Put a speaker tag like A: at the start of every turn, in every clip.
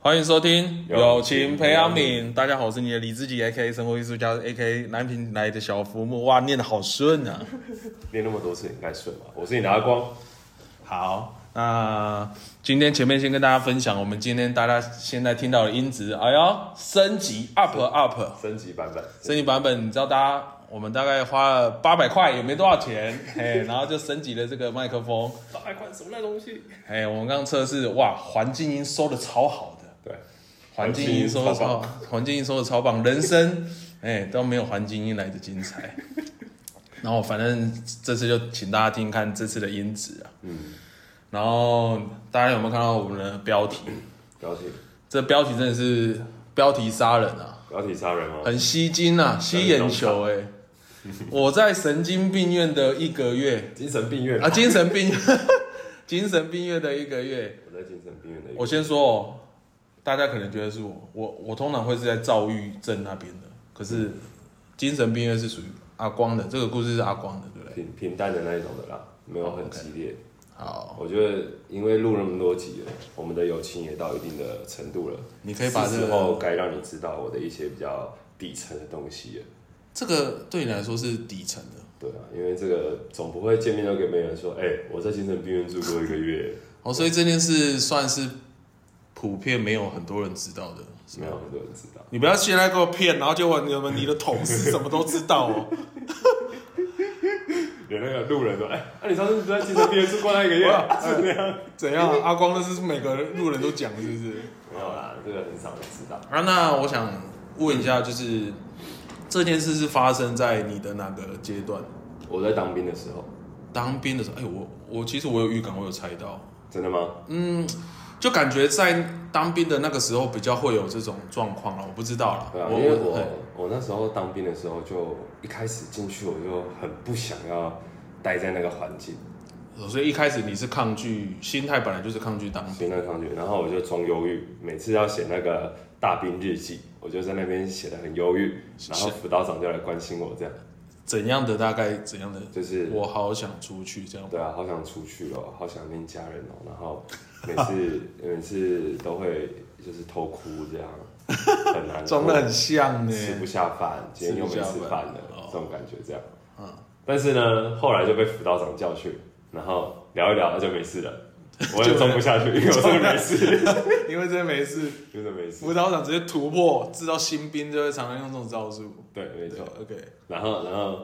A: 欢迎收听《友
B: 友
A: 情
B: 情
A: 培
B: 培
A: 养
B: 养
A: 皿》，大家好，我是你的李自己 A K 生活艺术家 A K 南平来的小浮木，哇，念的好顺 啊！
B: 练那么多次应该顺吧？我是你的阿光，
A: 好，那今天前面先跟大家分享，我们今天大家现在听到的音质，哎呦，升级 up up
B: 升级版本。
A: 升级版本，你知道大家我们大概花了八百块，也没多少 钱，嘿，然后就升级了这个麦克风，
B: 八百块什么烂东西？
A: 哎，我们刚测试，哇，环境音收的超好的，
B: 对，
A: 环境音收的超，
B: 环
A: 环境音收的超棒，人生 哎、都没有环境音来的精 彩。然后反正这次就请大家听看这次的音质啊，嗯，然后大家有没有看到我们的标题？
B: 标题
A: 这标题真的是标题杀人啊！
B: 标题杀人哦，
A: 很吸睛啊，吸眼球哎、我在神经病院的一个月
B: 精神病院
A: 啊，精神病， 精神病院的一个月。
B: 我在精神病院的一个
A: 我先说哦，大家可能觉得是我，我我通常会是在躁郁症那边的，可是精神病院是属于阿光的，这个故事是阿光的，对不对？
B: 平平淡的那一种的啦，没有很激烈。
A: 好，
B: 我觉得因为录了那么多集了，我们的友情也到一定的程度了，
A: 你可以把
B: 是
A: 这
B: 时候
A: 个
B: 该让你知道我的一些比较底层的东西了。
A: 这个对你来说是底层的。
B: 对啊，因为这个总不会见面就跟别人说，哎、我在精神病院住过一个月，
A: 哦，所以这件事算是普遍没有很多人知道的，是
B: 没
A: 吗
B: 有？很多人知道。
A: 你不要现在给我骗，然后结果你们你的同事什么都知道 哦。
B: 有那个路人说：“哎、那、你上次不是在精神病院住过那一个月？”是这样。
A: 怎样？阿光那是每个路人都讲，是不是？
B: 没有啦，这个很少人知道。
A: 啊，那我想问一下，就是这件事是发生在你的哪个阶段？
B: 我在当兵的时候，
A: 当兵的时候，哎、我我其实我有预感，我有猜到，
B: 真的吗？
A: 就感觉在当兵的那个时候比较会有这种状况了，我不知道了。
B: 对啊，
A: 我
B: 因为
A: 我嘿
B: 我我那时候当兵的时候就，一开始进去我就很不想要待在那个环境，
A: 所以一开始你是抗拒，心态本来就是抗拒当兵。
B: 写那个抗拒，然后我就装忧郁，每次要写那个大兵日记，我就在那边写的很忧郁，然后辅导长就来关心我，这样
A: 怎样的大概怎样的，
B: 就是
A: 我好想出去这样。
B: 对啊，好想出去哦，好想念家人哦，然后每次 每次都会就是偷哭这样，很难 过
A: 装的很像呢、
B: 吃不下饭，今天又没
A: 吃
B: 吃
A: 不下饭
B: 饭了，
A: 哦嗯
B: 这种感觉这样。但是呢，后来就被辅导长叫去，然后聊一聊就没事了，我也装不 下去，因为我真的没事，
A: 因为真的没事，
B: 真的没事。
A: 辅导长直接突破，知道新兵就会常常用这种招数。
B: 对，没错。
A: ，OK，
B: 然后，然后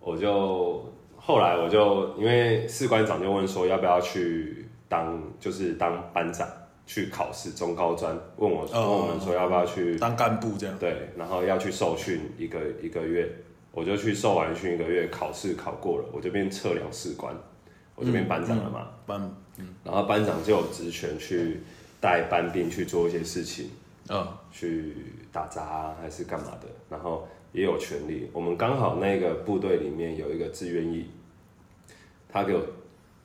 B: 我就后来我就因为士官长就问说要不要去当，就是当班长去考试中高专，问我问我们说要不要去
A: 当干部这样。
B: 对，然后要去受训一个一个月，我就去受完训一个月，考试考过了，我就变测量士官，我就变班长了嘛。
A: 班，
B: 然后班长就有职权去带班兵去做一些事情，
A: 嗯，
B: 去打杂、啊、还是干嘛的，然后也有权利。我们刚好那个部队里面有一个志愿役，他给我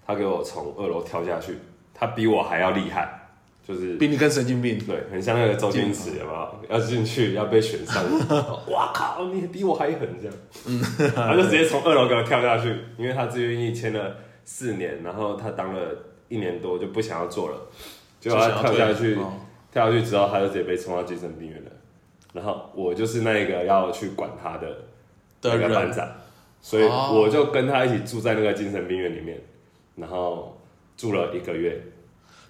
B: 他给我从二楼跳下去，他比我还要厉害，就是
A: 比你更神经病。
B: 对，很像那个周星驰，有没有？要进去要被选上，哇靠，你比我还狠这样，他就直接从二楼给我跳下去，因为他自愿意签了四年，然后他当了一年多就不想要做了，结果他跳下去，
A: 哦
B: 跳下去之后他就直接被送到精神病院了，然后我就是那个要去管他的
A: 的
B: 那个班
A: 人，
B: 长，所以
A: 哦
B: 我就跟他一起住在那个精神病院里面，然后住了一个月，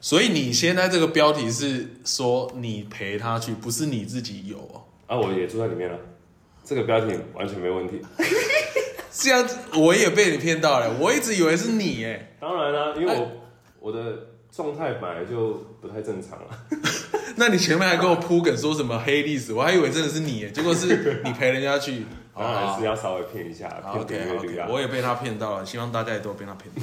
A: 所以你现在这个标题是说你陪他去，不是你自己有哦。
B: 啊，我也住在里面了。这个标题完全没问题，
A: 这样子我也被你骗到了，我一直以为是你哎，
B: 当然啦、因为我、我的状态本来就不太正常啊了。
A: 那你前面还跟我铺梗说什么黑历史，我还以为真的是你哎，结果是你陪人家 去。
B: 当然啊是要稍微骗一下，骗点
A: 哦 OK
B: 阅率
A: OK，
B: 啊。
A: 我也被他骗到了，希望大家也都被他骗到。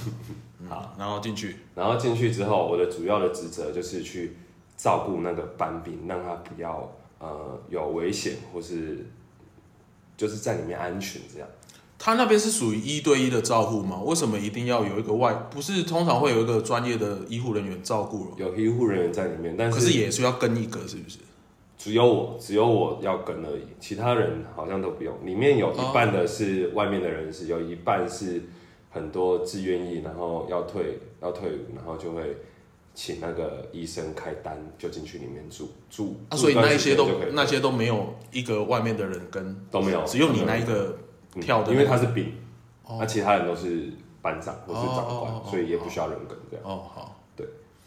A: 嗯
B: 好，
A: 然后进去，
B: 然后进去之后，我的主要的职责就是去照顾那个班兵，让他不要呃有危险或是就是在里面安全这样。
A: 他那边是属于一对一的照护吗？为什么一定要有一个外？不是通常会有一个专业的医护人员照顾了？
B: 有医护人员在里面，但
A: 可是也是要跟一个，是不是？
B: 只有我只有我要跟而已，其他人好像都不用。里面有一半的是外面的人士，有一半是很多志愿意，然后要退要退伍，然后就会请那个医生开单，就进去里面住住。
A: 啊，所以
B: 住段
A: 那一
B: 时
A: 些
B: 间
A: 都
B: 就可以
A: 那些都没有一个外面的人跟，
B: 都没有，
A: 只有你那一个
B: 嗯
A: 跳的
B: 因为他是丙，
A: 哦
B: 那其他人都是班长或是长
A: 哦哦哦
B: 官，
A: 哦
B: 所以也不需要人跟这样。
A: 哦，好，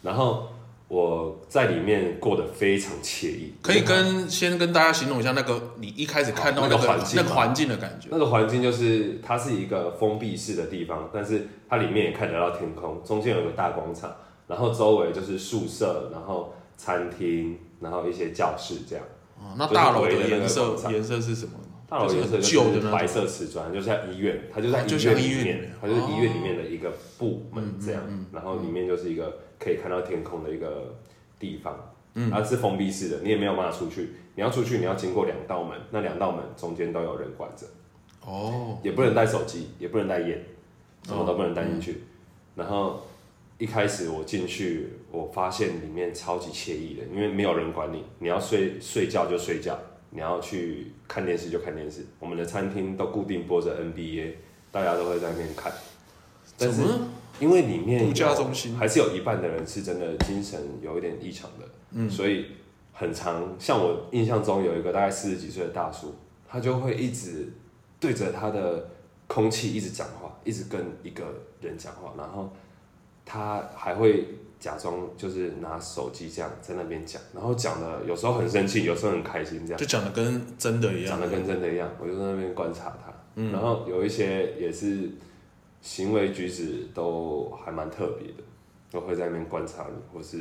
B: 然后我在里面过得非常惬意，
A: 可以跟先跟大家形容一下那个你一开始看到
B: 好
A: 那
B: 那
A: 个
B: 个环境
A: 那
B: 嘛
A: 个环境的感觉，
B: 那个环境就是它是一个封闭式的地方，但是它里面也看得到天空，中间有一个大广场，然后周围就是宿舍，然后餐厅，然后一些教室这样。
A: 哦，那
B: 就是
A: 大楼
B: 围
A: 的
B: 的那个
A: 颜色
B: 广场
A: 颜色是什么？
B: 大楼
A: 就
B: 颜
A: 是
B: 色
A: 很
B: 就
A: 旧的
B: 是
A: 那
B: 白
A: 种，
B: 色瓷砖，就像医院，它就在
A: 哦就
B: 医
A: 像
B: 院里
A: 医院里哦嗯
B: 面
A: 面，
B: 它就是医院里
A: 哦
B: 面的一个部门这样，然后里面就是一个可以看到天空的一个地方，嗯，它是封闭式的，你也没有办法出去，你要出去你要经过两道门，那两道门中间都有人管着，
A: 哦，
B: 也不能带手机，也不能带烟，什么都不能带进去。然后一开始我进去，我发现里面超级惬意的，因为没有人管你，你要睡睡觉就睡觉，你要去看电视就看电视。我们的餐厅都固定播着 NBA，大家都会在那边看。但
A: 怎
B: 是
A: 么
B: 因为里面有
A: 度假中心
B: 还是有一半的人是真的精神有一点异常的，嗯，所以很常像我印象中有一个大概四十几岁的大叔，他就会一直对着他的空气一直讲话，一直跟一个人讲话，然后他还会假装就是拿手机这样在那边讲，然后讲的有时候很生气，有时候很开心这样。
A: 就讲的跟真的一样嗯
B: 长，得跟真的一样，我就在那边观察他。然后有一些也是行为举止都还蛮特别的，我会在那边观察你，或是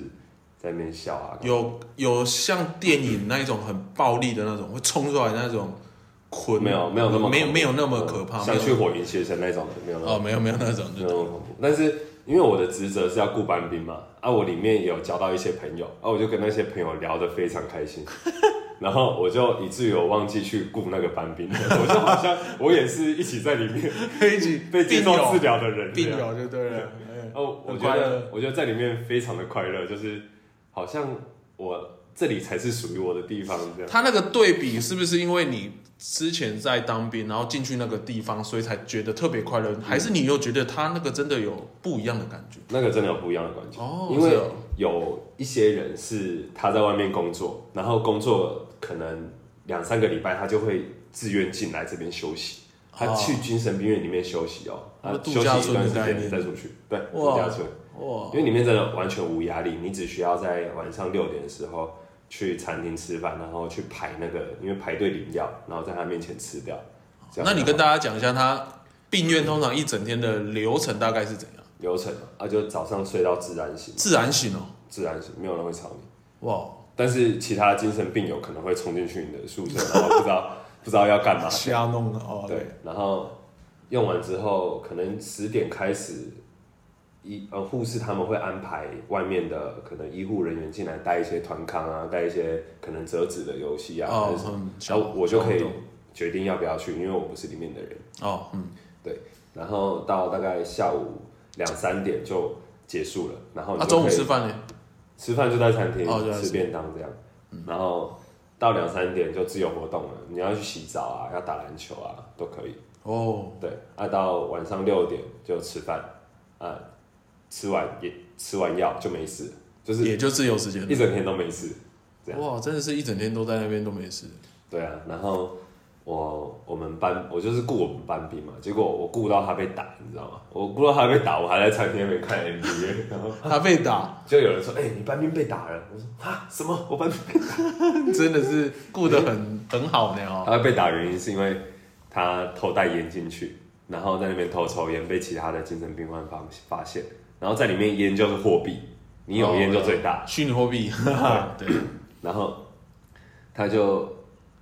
B: 在那边笑啊。
A: 有有像电影那一种很暴力的那种，会冲出来那种捆，
B: 没有没有那么
A: 没有
B: 恐怖嗯
A: 没有那么可怕，没
B: 像
A: 有
B: 去火云邪神那种的没有那么
A: 哦，没有没有那种，
B: 没
A: 就
B: 有那么恐怖。但是因为我的职责是要雇班兵嘛，啊，我里面也有交到一些朋友，啊，我就跟那些朋友聊得非常 开心。然后我就以至于我忘记去雇那个班兵了，我就好像我也是一起在里面
A: 一起
B: 被接
A: 病
B: 受治
A: 友
B: 疗的人这啊
A: 病
B: 样，
A: 友就对了，哎
B: 哦，我
A: 很
B: 觉
A: 快乐
B: 得我觉得在里面非常的快乐，就是好像我这里才是属于我的地方这样。
A: 他那个对比是不是因为你之前在当兵，然后进去那个地方，所以才觉得特别快乐？还是你又觉得他那个真的有不一样的感觉？
B: 那个真的有不一样的感觉，
A: 哦
B: 因为
A: 是哦
B: 有一些人是他在外面工作，然后工作可能两三个礼拜，他就会自愿进来这边休息，他
A: 哦
B: 去精神病院里面休息哦，他
A: 那度
B: 休
A: 假
B: 息
A: 村
B: 一段
A: 的
B: 时
A: 概
B: 间
A: 念
B: 再出去，对，
A: 哇
B: 度假村。
A: 哇
B: 因为里面真的完全无压力，你只需要在晚上六点的时候去餐厅吃饭，然后去排那个，因为排队领药，然后在他面前吃掉。这样
A: 哦那你跟大家讲一下，他病院通常一整天的流程大概是怎样？
B: 流程啊，就早上睡到自然醒，
A: 自然醒哦，
B: 自然醒，没有人会吵你。
A: 哇，
B: 但是其他精神病友可能会冲进去你的宿舍，然后不知道不知道要干嘛。
A: 瞎弄的哦
B: 对，，然后用完之后，可能十点开始，医呃护士他们会安排外面的可能医护人员进来带一些团康啊，带一些可能折纸的游戏啊，还
A: 哦
B: 是，什么
A: 嗯，
B: 然后我就可以
A: 小活
B: 决定要不要去，因为我不是里面的人。
A: 动哦，嗯，
B: 然后到大概下午两三点就结束了，然后你
A: 那
B: 就
A: 啊中午
B: 可以
A: 吃饭呢？
B: 吃饭就在餐厅、
A: 哦就在
B: 吃便当这样，然后到两三点就自由活动了，你要去洗澡啊，要打篮球啊，都可以。
A: 哦，
B: 对，啊，到晚上六点就吃饭，啊，吃完也吃完药就没事，就是
A: 也就自由时间
B: 一整天都没事。这样
A: 哇，真的是一整天都在那边都没事，
B: 对啊，然后我我们班我就是雇我们班兵嘛，结果我雇到他被打，你知道吗？我雇到他被打，我还在餐厅那边看 NBA，然后
A: 他被打，
B: 就有人说：“哎、你班兵被打了。”我说：“啊，什么？我班兵被
A: 真的是顾得很很好呢哦。
B: 他被打原因是因为他偷带烟进去，然后在那边偷抽烟，被其他的精神病患发发现，然后在里面烟就是货币，你有烟就最大，
A: 虚拟货币，对，
B: 然后他就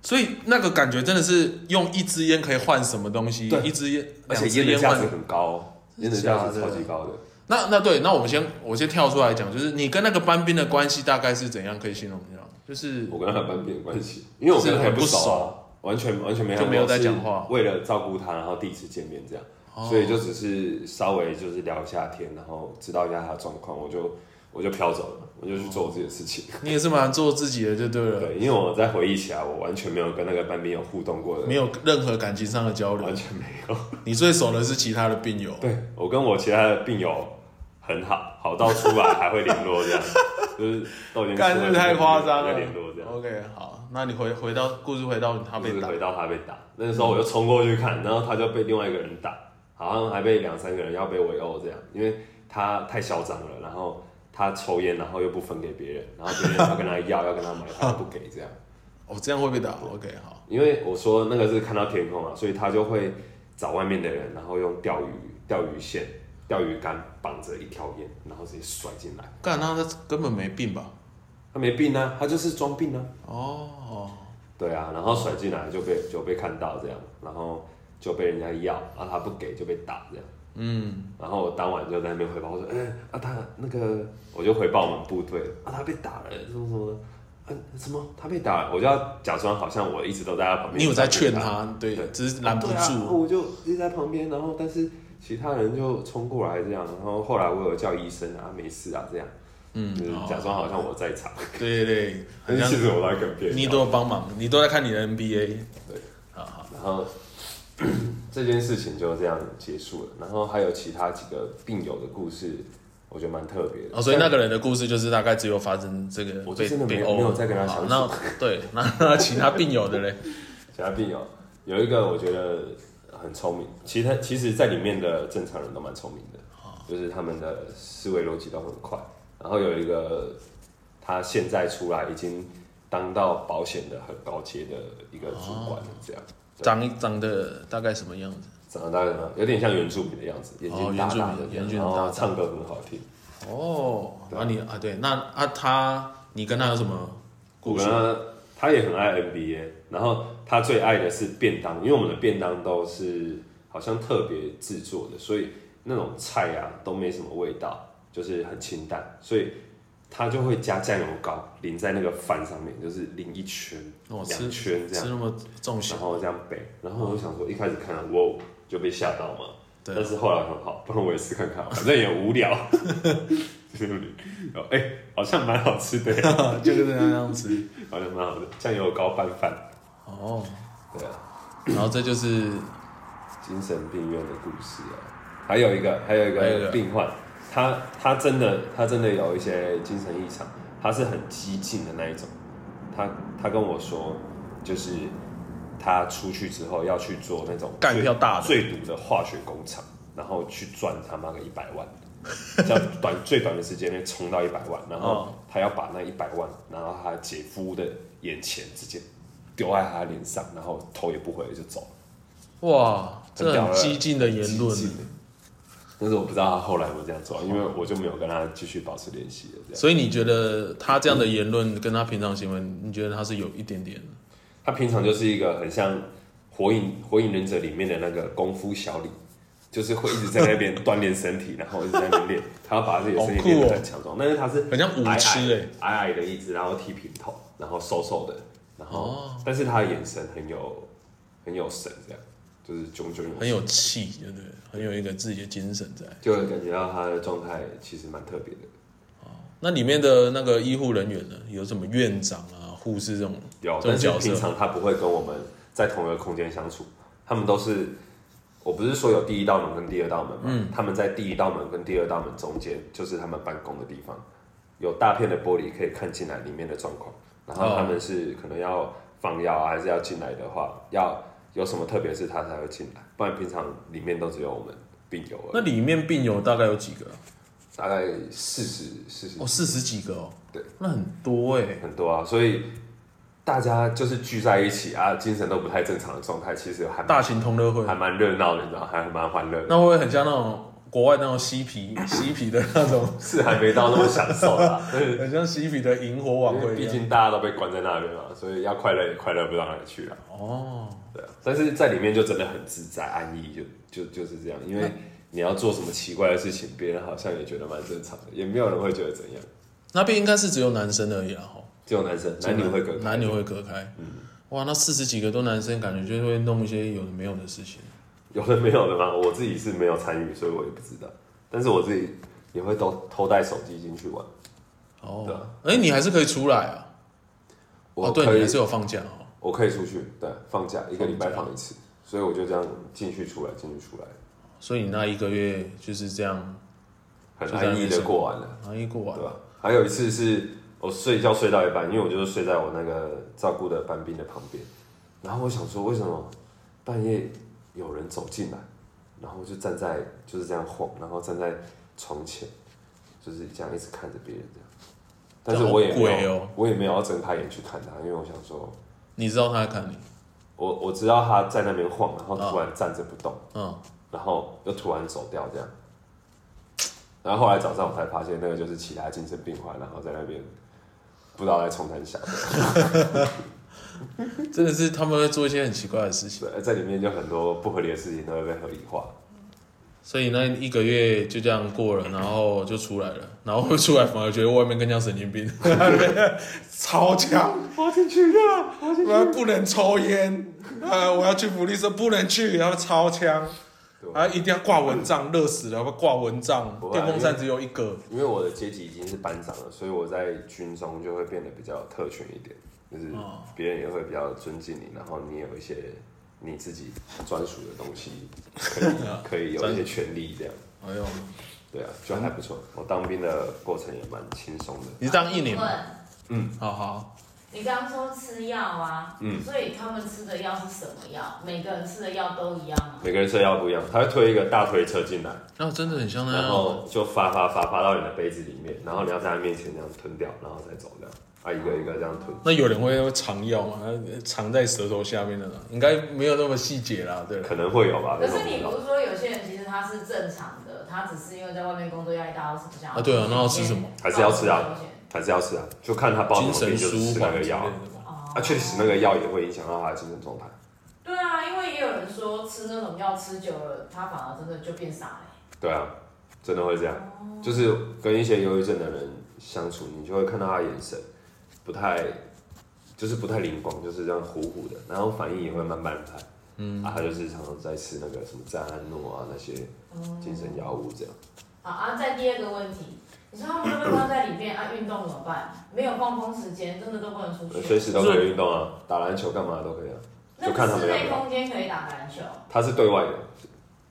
A: 所以那个感觉真的是用一支烟可以换什么东西，
B: 对
A: 一支烟，
B: 而且
A: 两支
B: 烟的价
A: 换
B: 值。很高哦，烟的价值超级高的。
A: 那那对，那我们先我先跳出来讲，就是你跟那个班兵的关系大概是怎样，可以形容一下？就是
B: 我跟他班兵有关系，因为我跟他也不熟啊，完全完全没
A: 就没有在讲话
B: 是为了照顾他，然后第一次见面这样，
A: 哦
B: 所以就只是稍微就是聊一下天，然后知道一下他的状况，我就我就飘走了，我就去做我自己的事情。
A: 哦你也是蛮做自己的，就对了，
B: 对，因为我在回忆起来，我完全没有跟那个班兵有互动过的，
A: 没有任何感情上的交流
B: 完。全没有。
A: 你最熟的是其他的病友，
B: 对我跟我其他的病友很好，好到出来还会联 络这样，就是都已经出来
A: 干是太夸张
B: 还
A: 了
B: 会联络这。样。
A: OK，好，那你回回到故事，回到他
B: 就
A: 被
B: 是
A: 打
B: 回，到他被打，啊那时候我就冲过去看，然后他就被另外一个人打，好像还被两三个人要被围殴这样，因为他太嚣张了，然后他抽烟，然后又不分给别人，然后别人要跟他要，要跟他买，他都不给这样。
A: 哦，这样会被打。OK，好，
B: 因为我说那个是看到天空啊，所以他就会找外面的人，然后用钓鱼钓鱼线、钓鱼竿绑着一条烟，然后直接甩进来。
A: 干那他根本没病吧？
B: 他没病啊，他就是装病啊。
A: 哦，
B: 对啊，然后甩进来就被就被看到这样，然后就被人家要，啊他不给就被打这样。
A: 嗯，
B: 然后我当晚就在那边汇报，我说，哎、啊他那个，我就回报我们部队，啊他被打了，什么什么的，啊什么他被打了，我就要假装好像我一直都在他旁边，
A: 你有在劝他，对
B: 对，
A: 只是拦不
B: 对啊
A: 住。
B: 我就一直在旁边，然后但是其他人就冲过来这样，然后后来我有叫医生啊，没事啊这样，
A: 嗯
B: 就是，假
A: 哦
B: 装好像我在场，
A: 对对对，
B: 但
A: 很像
B: 是 其实我在跟别人
A: 你
B: 打
A: 都有帮忙，你都在看你的 NBA。
B: 对，
A: 好好，
B: 然后 这件事情就这样结束了。然后还有其他几个病友的故事，我觉得蛮特别的。
A: 哦，所以那个人的故事就是大概只有发生这个
B: 我就
A: 被
B: 真的没
A: 被
B: 有
A: 殴。
B: 没有再跟他
A: 好
B: 详
A: 那对，那那其他病友的嘞，
B: 其他病友有一个我觉得很聪明，其他其实在里面的正常人都蛮聪明的，
A: 哦
B: 就是他们的思维逻辑都很快。然后有一个他现在出来已经当到保险的很高阶的一个主管了，这样。
A: 哦
B: 对
A: 长长得大概什么样子？
B: 长得大概什么样有点像原住民的样子，眼
A: 哦
B: 睛大大的，
A: 原住民眼
B: 然
A: 睛大
B: 后
A: 大
B: 唱歌很好听。
A: 哦，
B: 对
A: 那你啊对，那啊他，你跟他有什么
B: 我
A: 故
B: 跟
A: 事？
B: 他啊他也很爱 NBA，然后他最爱的是便当，因为我们的便当都是好像特别制作的，所以那种菜啊都没什么味道，就是很清淡，所以他就会加酱油膏淋在那个饭上面，就是淋一圈、
A: 哦，
B: 两
A: 吃
B: 圈这
A: 吃
B: 样，
A: 那么重
B: 然
A: 咸，
B: 后这样背。然后我就想说，一开始看到哇就被吓到嘛，
A: 对啊
B: 但是后来很好，不然我也试看看，反正也无聊。 哎、好像蛮好吃的，
A: 啊，就是这样这样吃。
B: 好像蛮好的，酱油膏拌饭。
A: 哦，
B: 对啊，
A: 然后这就是
B: 精神病院的故事啊，还有一个，还有一
A: 嗯还有一
B: 个
A: 个
B: 病患，他他真的他真的有一些精神异常，他是很激进的那一种。他他跟我说，就是他出去之后要去做那种
A: 干
B: 最
A: 票大的
B: 最毒的化学工厂，然后去赚他妈个一百万， 这样短最短的时间内冲到一百万，然后
A: 哦
B: 他要把那一百万，然后他姐夫的眼前直接丢在他脸上，然后头也不回就走。
A: 哇，
B: 很
A: 这
B: 屌
A: 很
B: 了
A: 激进的言论
B: 激，进的但是我不知道他后来有没有这样做，因为我就没有跟他继续保持联系了。这样，
A: 所以你觉得他这样的言论跟他平常行为，你觉得他是有一点点
B: 他平常就是一个很像《火影》《火影忍者》里面的那个功夫小李，就是会一直在那边锻炼身体，然后一直在那边练，他要把自己的身体
A: 好酷哦
B: 练得很强壮。但是他是
A: 很像舞
B: 矮
A: 痴欸
B: 矮矮矮的一只，然后剃平头，然后瘦瘦的，然后、
A: 哦
B: 但是他的眼神很有很有神，这样就是炯炯有神
A: 很有气，对不对？很有一个自己的精神在。
B: 就会感觉到他的状态其实蛮特别的。
A: 那里面的那个医护人员呢，有什么院长啊、护士这种
B: 有，
A: 这种
B: 但是
A: 角
B: 平
A: 色？
B: 常他不会跟我们在同一个空间相处，他们都是，我不是说有第一道门跟第二道门嘛，
A: 嗯
B: 他们在第一道门跟第二道门中间就是他们办公的地方，有大片的玻璃可以看进来里面的状况，然后他们是可能要放药啊，还是要进来的话，要有什么特别事他才会进来，不然平常里面都只有我们病友
A: 那
B: 而已，
A: 里面病友大概有几个？
B: 大概四十四十
A: 哦，四十几个哦。
B: 对，
A: 那很多哎、
B: 很多啊，所以。大家就是聚在一起啊，精神都不太正常的状态，其实还蛮
A: 大型同乐会
B: 还，蛮热闹的，你知道，还蛮欢乐的。
A: 那会不会很像那种国外那种嬉皮嬉皮的那种，
B: 是还没到那么享受啦，
A: 很像嬉皮的萤火晚
B: 因为
A: 会一
B: 毕
A: 样？
B: 竟大家都被关在那边嘛，所以要快乐也快乐不到哪里去啦。
A: 哦，
B: 对啊，但是在里面就真的很自在安逸，就就就是这样。因为你要做什么奇怪的事情，别人好像也觉得蛮正常的，也没有人会觉得怎样。
A: 那边应该是只有男生而已啦，吼，
B: 只有男生男女会隔开，嗯
A: 男女会隔开。哇，那四十几个都男生，感觉就会弄一些有的没有的事情。
B: 有的没有的嘛。我自己是没有参与，所以我也不知道。但是我自己也会偷偷带手机进去玩。对
A: 哦
B: 啊，
A: 哎、你还是可以出来啊。
B: 我
A: 哦，
B: 可
A: 对，你
B: 以
A: 还是有放假哦。
B: 我可以出去，对，放假一个礼拜
A: 放假
B: 放一次，所以我就这样进去出来，进去出来，
A: 所以你那一个月就是这样，
B: 很安逸的过完了，
A: 然后一过完
B: 对，吧？还有一次是我睡觉睡到一半，因为我就是睡在我那个照顾的班兵的旁边，然后我想说为什么半夜有人走进来，然后我就站在就是这样晃，然后站在床前，就是这样一直看着别人这样，但是我也
A: 这好
B: 没
A: 鬼
B: 有，
A: 哦
B: 我也没有要睁开眼去看他，因为我想说。
A: 你知道他在看你，
B: 我我知道他在那边晃，然后突然站着不动，
A: 嗯，
B: 然后又突然走掉这样。然后后来早上我才发现，那个就是其他精神病患，然后在那边不知道在冲山小，
A: 真的是他们会做一些很奇怪的事情，
B: 对，在里面就很多不合理的事情都会被合理化。
A: 所以那一个月就这样过了，然后就出来了，然后出来反而觉得外面更像神经 病，超强，
B: 我进去了，我进
A: 呃，不能抽烟，呃，我要去福利社，不能去，然后超强，
B: 对
A: 啊，一定要挂蚊帐，热死了，要不要挂蚊帐
B: 不，会啊
A: 电风扇只有一个，
B: 因为我的阶级已经是班长了，所以我在军中就会变得比较特权一点，就是别人也会比较尊敬你，然后你也有一些你自己专属的东西，可以可以有一些权利这样。
A: 哎呦，
B: 对啊，就还不错。我当兵的过程也蛮轻松的。
A: 你当一年吗，
C: 问
A: 好好，
C: 你刚刚说吃药啊，
B: 嗯
C: 所以他们吃的药是什么药？每个人吃的药都一样吗？
B: 每个人吃的药不一样，他会推一个大推车进来，
A: 那、真的很像那
B: 然
A: 样，
B: 后就发发发发到你的杯子里面，然后你要在他面前这样吞掉，然后再走这样，啊一个一个这样吞。
A: 那有人会藏药吗？藏在舌头下面的啦，应该没有那么细节啦，对了。
B: 可能会有吧，
C: 可
B: 那种
C: 是你不是说有些人其实他是正常的，他只是因为在外面工作压力大，或是不想要
A: 啊对啊那要吃什么
B: 还是要吃啊
C: 保险
B: 还是要吃啊，就看他包什
A: 精
B: 么
A: 神
B: 病就
A: 舒
B: 吃那
A: 缓
B: 个
A: 之类的
B: 药啊。
A: 吧。
C: 哦
B: 啊，确实那个药也会影响到他的精神状态。
C: 对啊，因为也有人说吃那种药吃久了，他反而真的就变傻了、
B: 对啊，真的会这样，就是跟一些忧郁症的人相处，你就会看到他的眼神不太，就是不太灵光，就是这样糊糊的，然后反应也会慢半拍。嗯，啊，他就是常常在吃那个什么赞安诺啊那些
A: 嗯
B: 精神药物这样。
C: 好嗯啊，再第二个问题，你说他们都被关在里面啊，运动怎么办？没有放风时间，真的都不能出
B: 呃
C: 去
B: 随。时都可以运动啊，打篮球干嘛都可以啊，
C: 那
B: 就看他
C: 个
B: 们
C: 室
B: 要
C: 内
B: 不要。
C: 空间可以打篮球。
B: 它是对外的，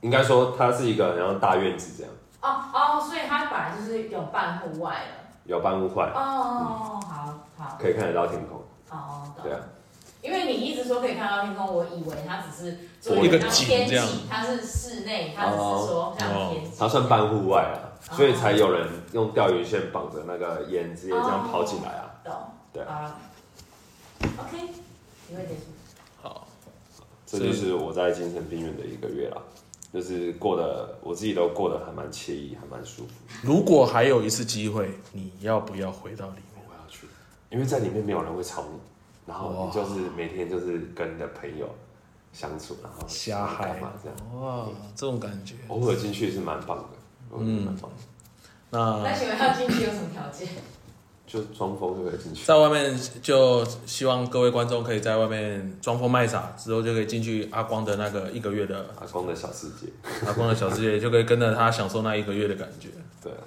B: 应该说它是一个然后大院子这样，
C: 哦哦，所以他本来就是有半户外的。
B: 有半屋坏，
C: 哦哦，哦好好
B: 可以看得到天空。
C: 哦，懂
B: 对啊，
C: 因为你一直说可以看到天空，我以为它只是就
B: 一
A: 个
C: 像
A: 景
C: 天
A: 这样
C: 气，它是室内，它只是说像
A: 哦
C: 天气。
B: 它算半户外啊，所以才有人用钓鱼线绑着那个烟，直接这样抛进来啊。
C: 懂。
B: 对
C: 好了。OK，你会结束。
A: 好，
B: 这就是我在精神病院的一个月啦，就是过得我自己都过得还蛮惬意，还蛮舒服。
A: 如果还有一次机会，你要不要回到里面？
B: 我要去，因为在里面没有人会吵你，然后你就是每天就是跟你的朋友相处，然后
A: 瞎嗨
B: 干嘛这样，
A: 哇，这种感觉。
B: 偶尔进去是蛮棒的，嗯，蛮棒的，
C: 那
A: 那
C: 请问要进去有什么条件？
B: 就装疯就可以进去。
A: 在外面就希望各位观众可以在外面装疯卖傻，之后就可以进去阿光的那个一个月的
B: 阿公的小世界，
A: 阿光的小世界，就可以跟着他享受那一个月的感觉。
B: 对啊，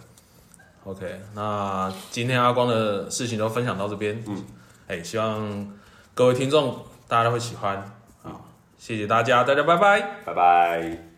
A: OK，那今天阿光的事情都分享到这边，嗯，哎，希望各位听众大家都会喜欢，好，谢谢大家，大家拜拜。
B: 拜拜。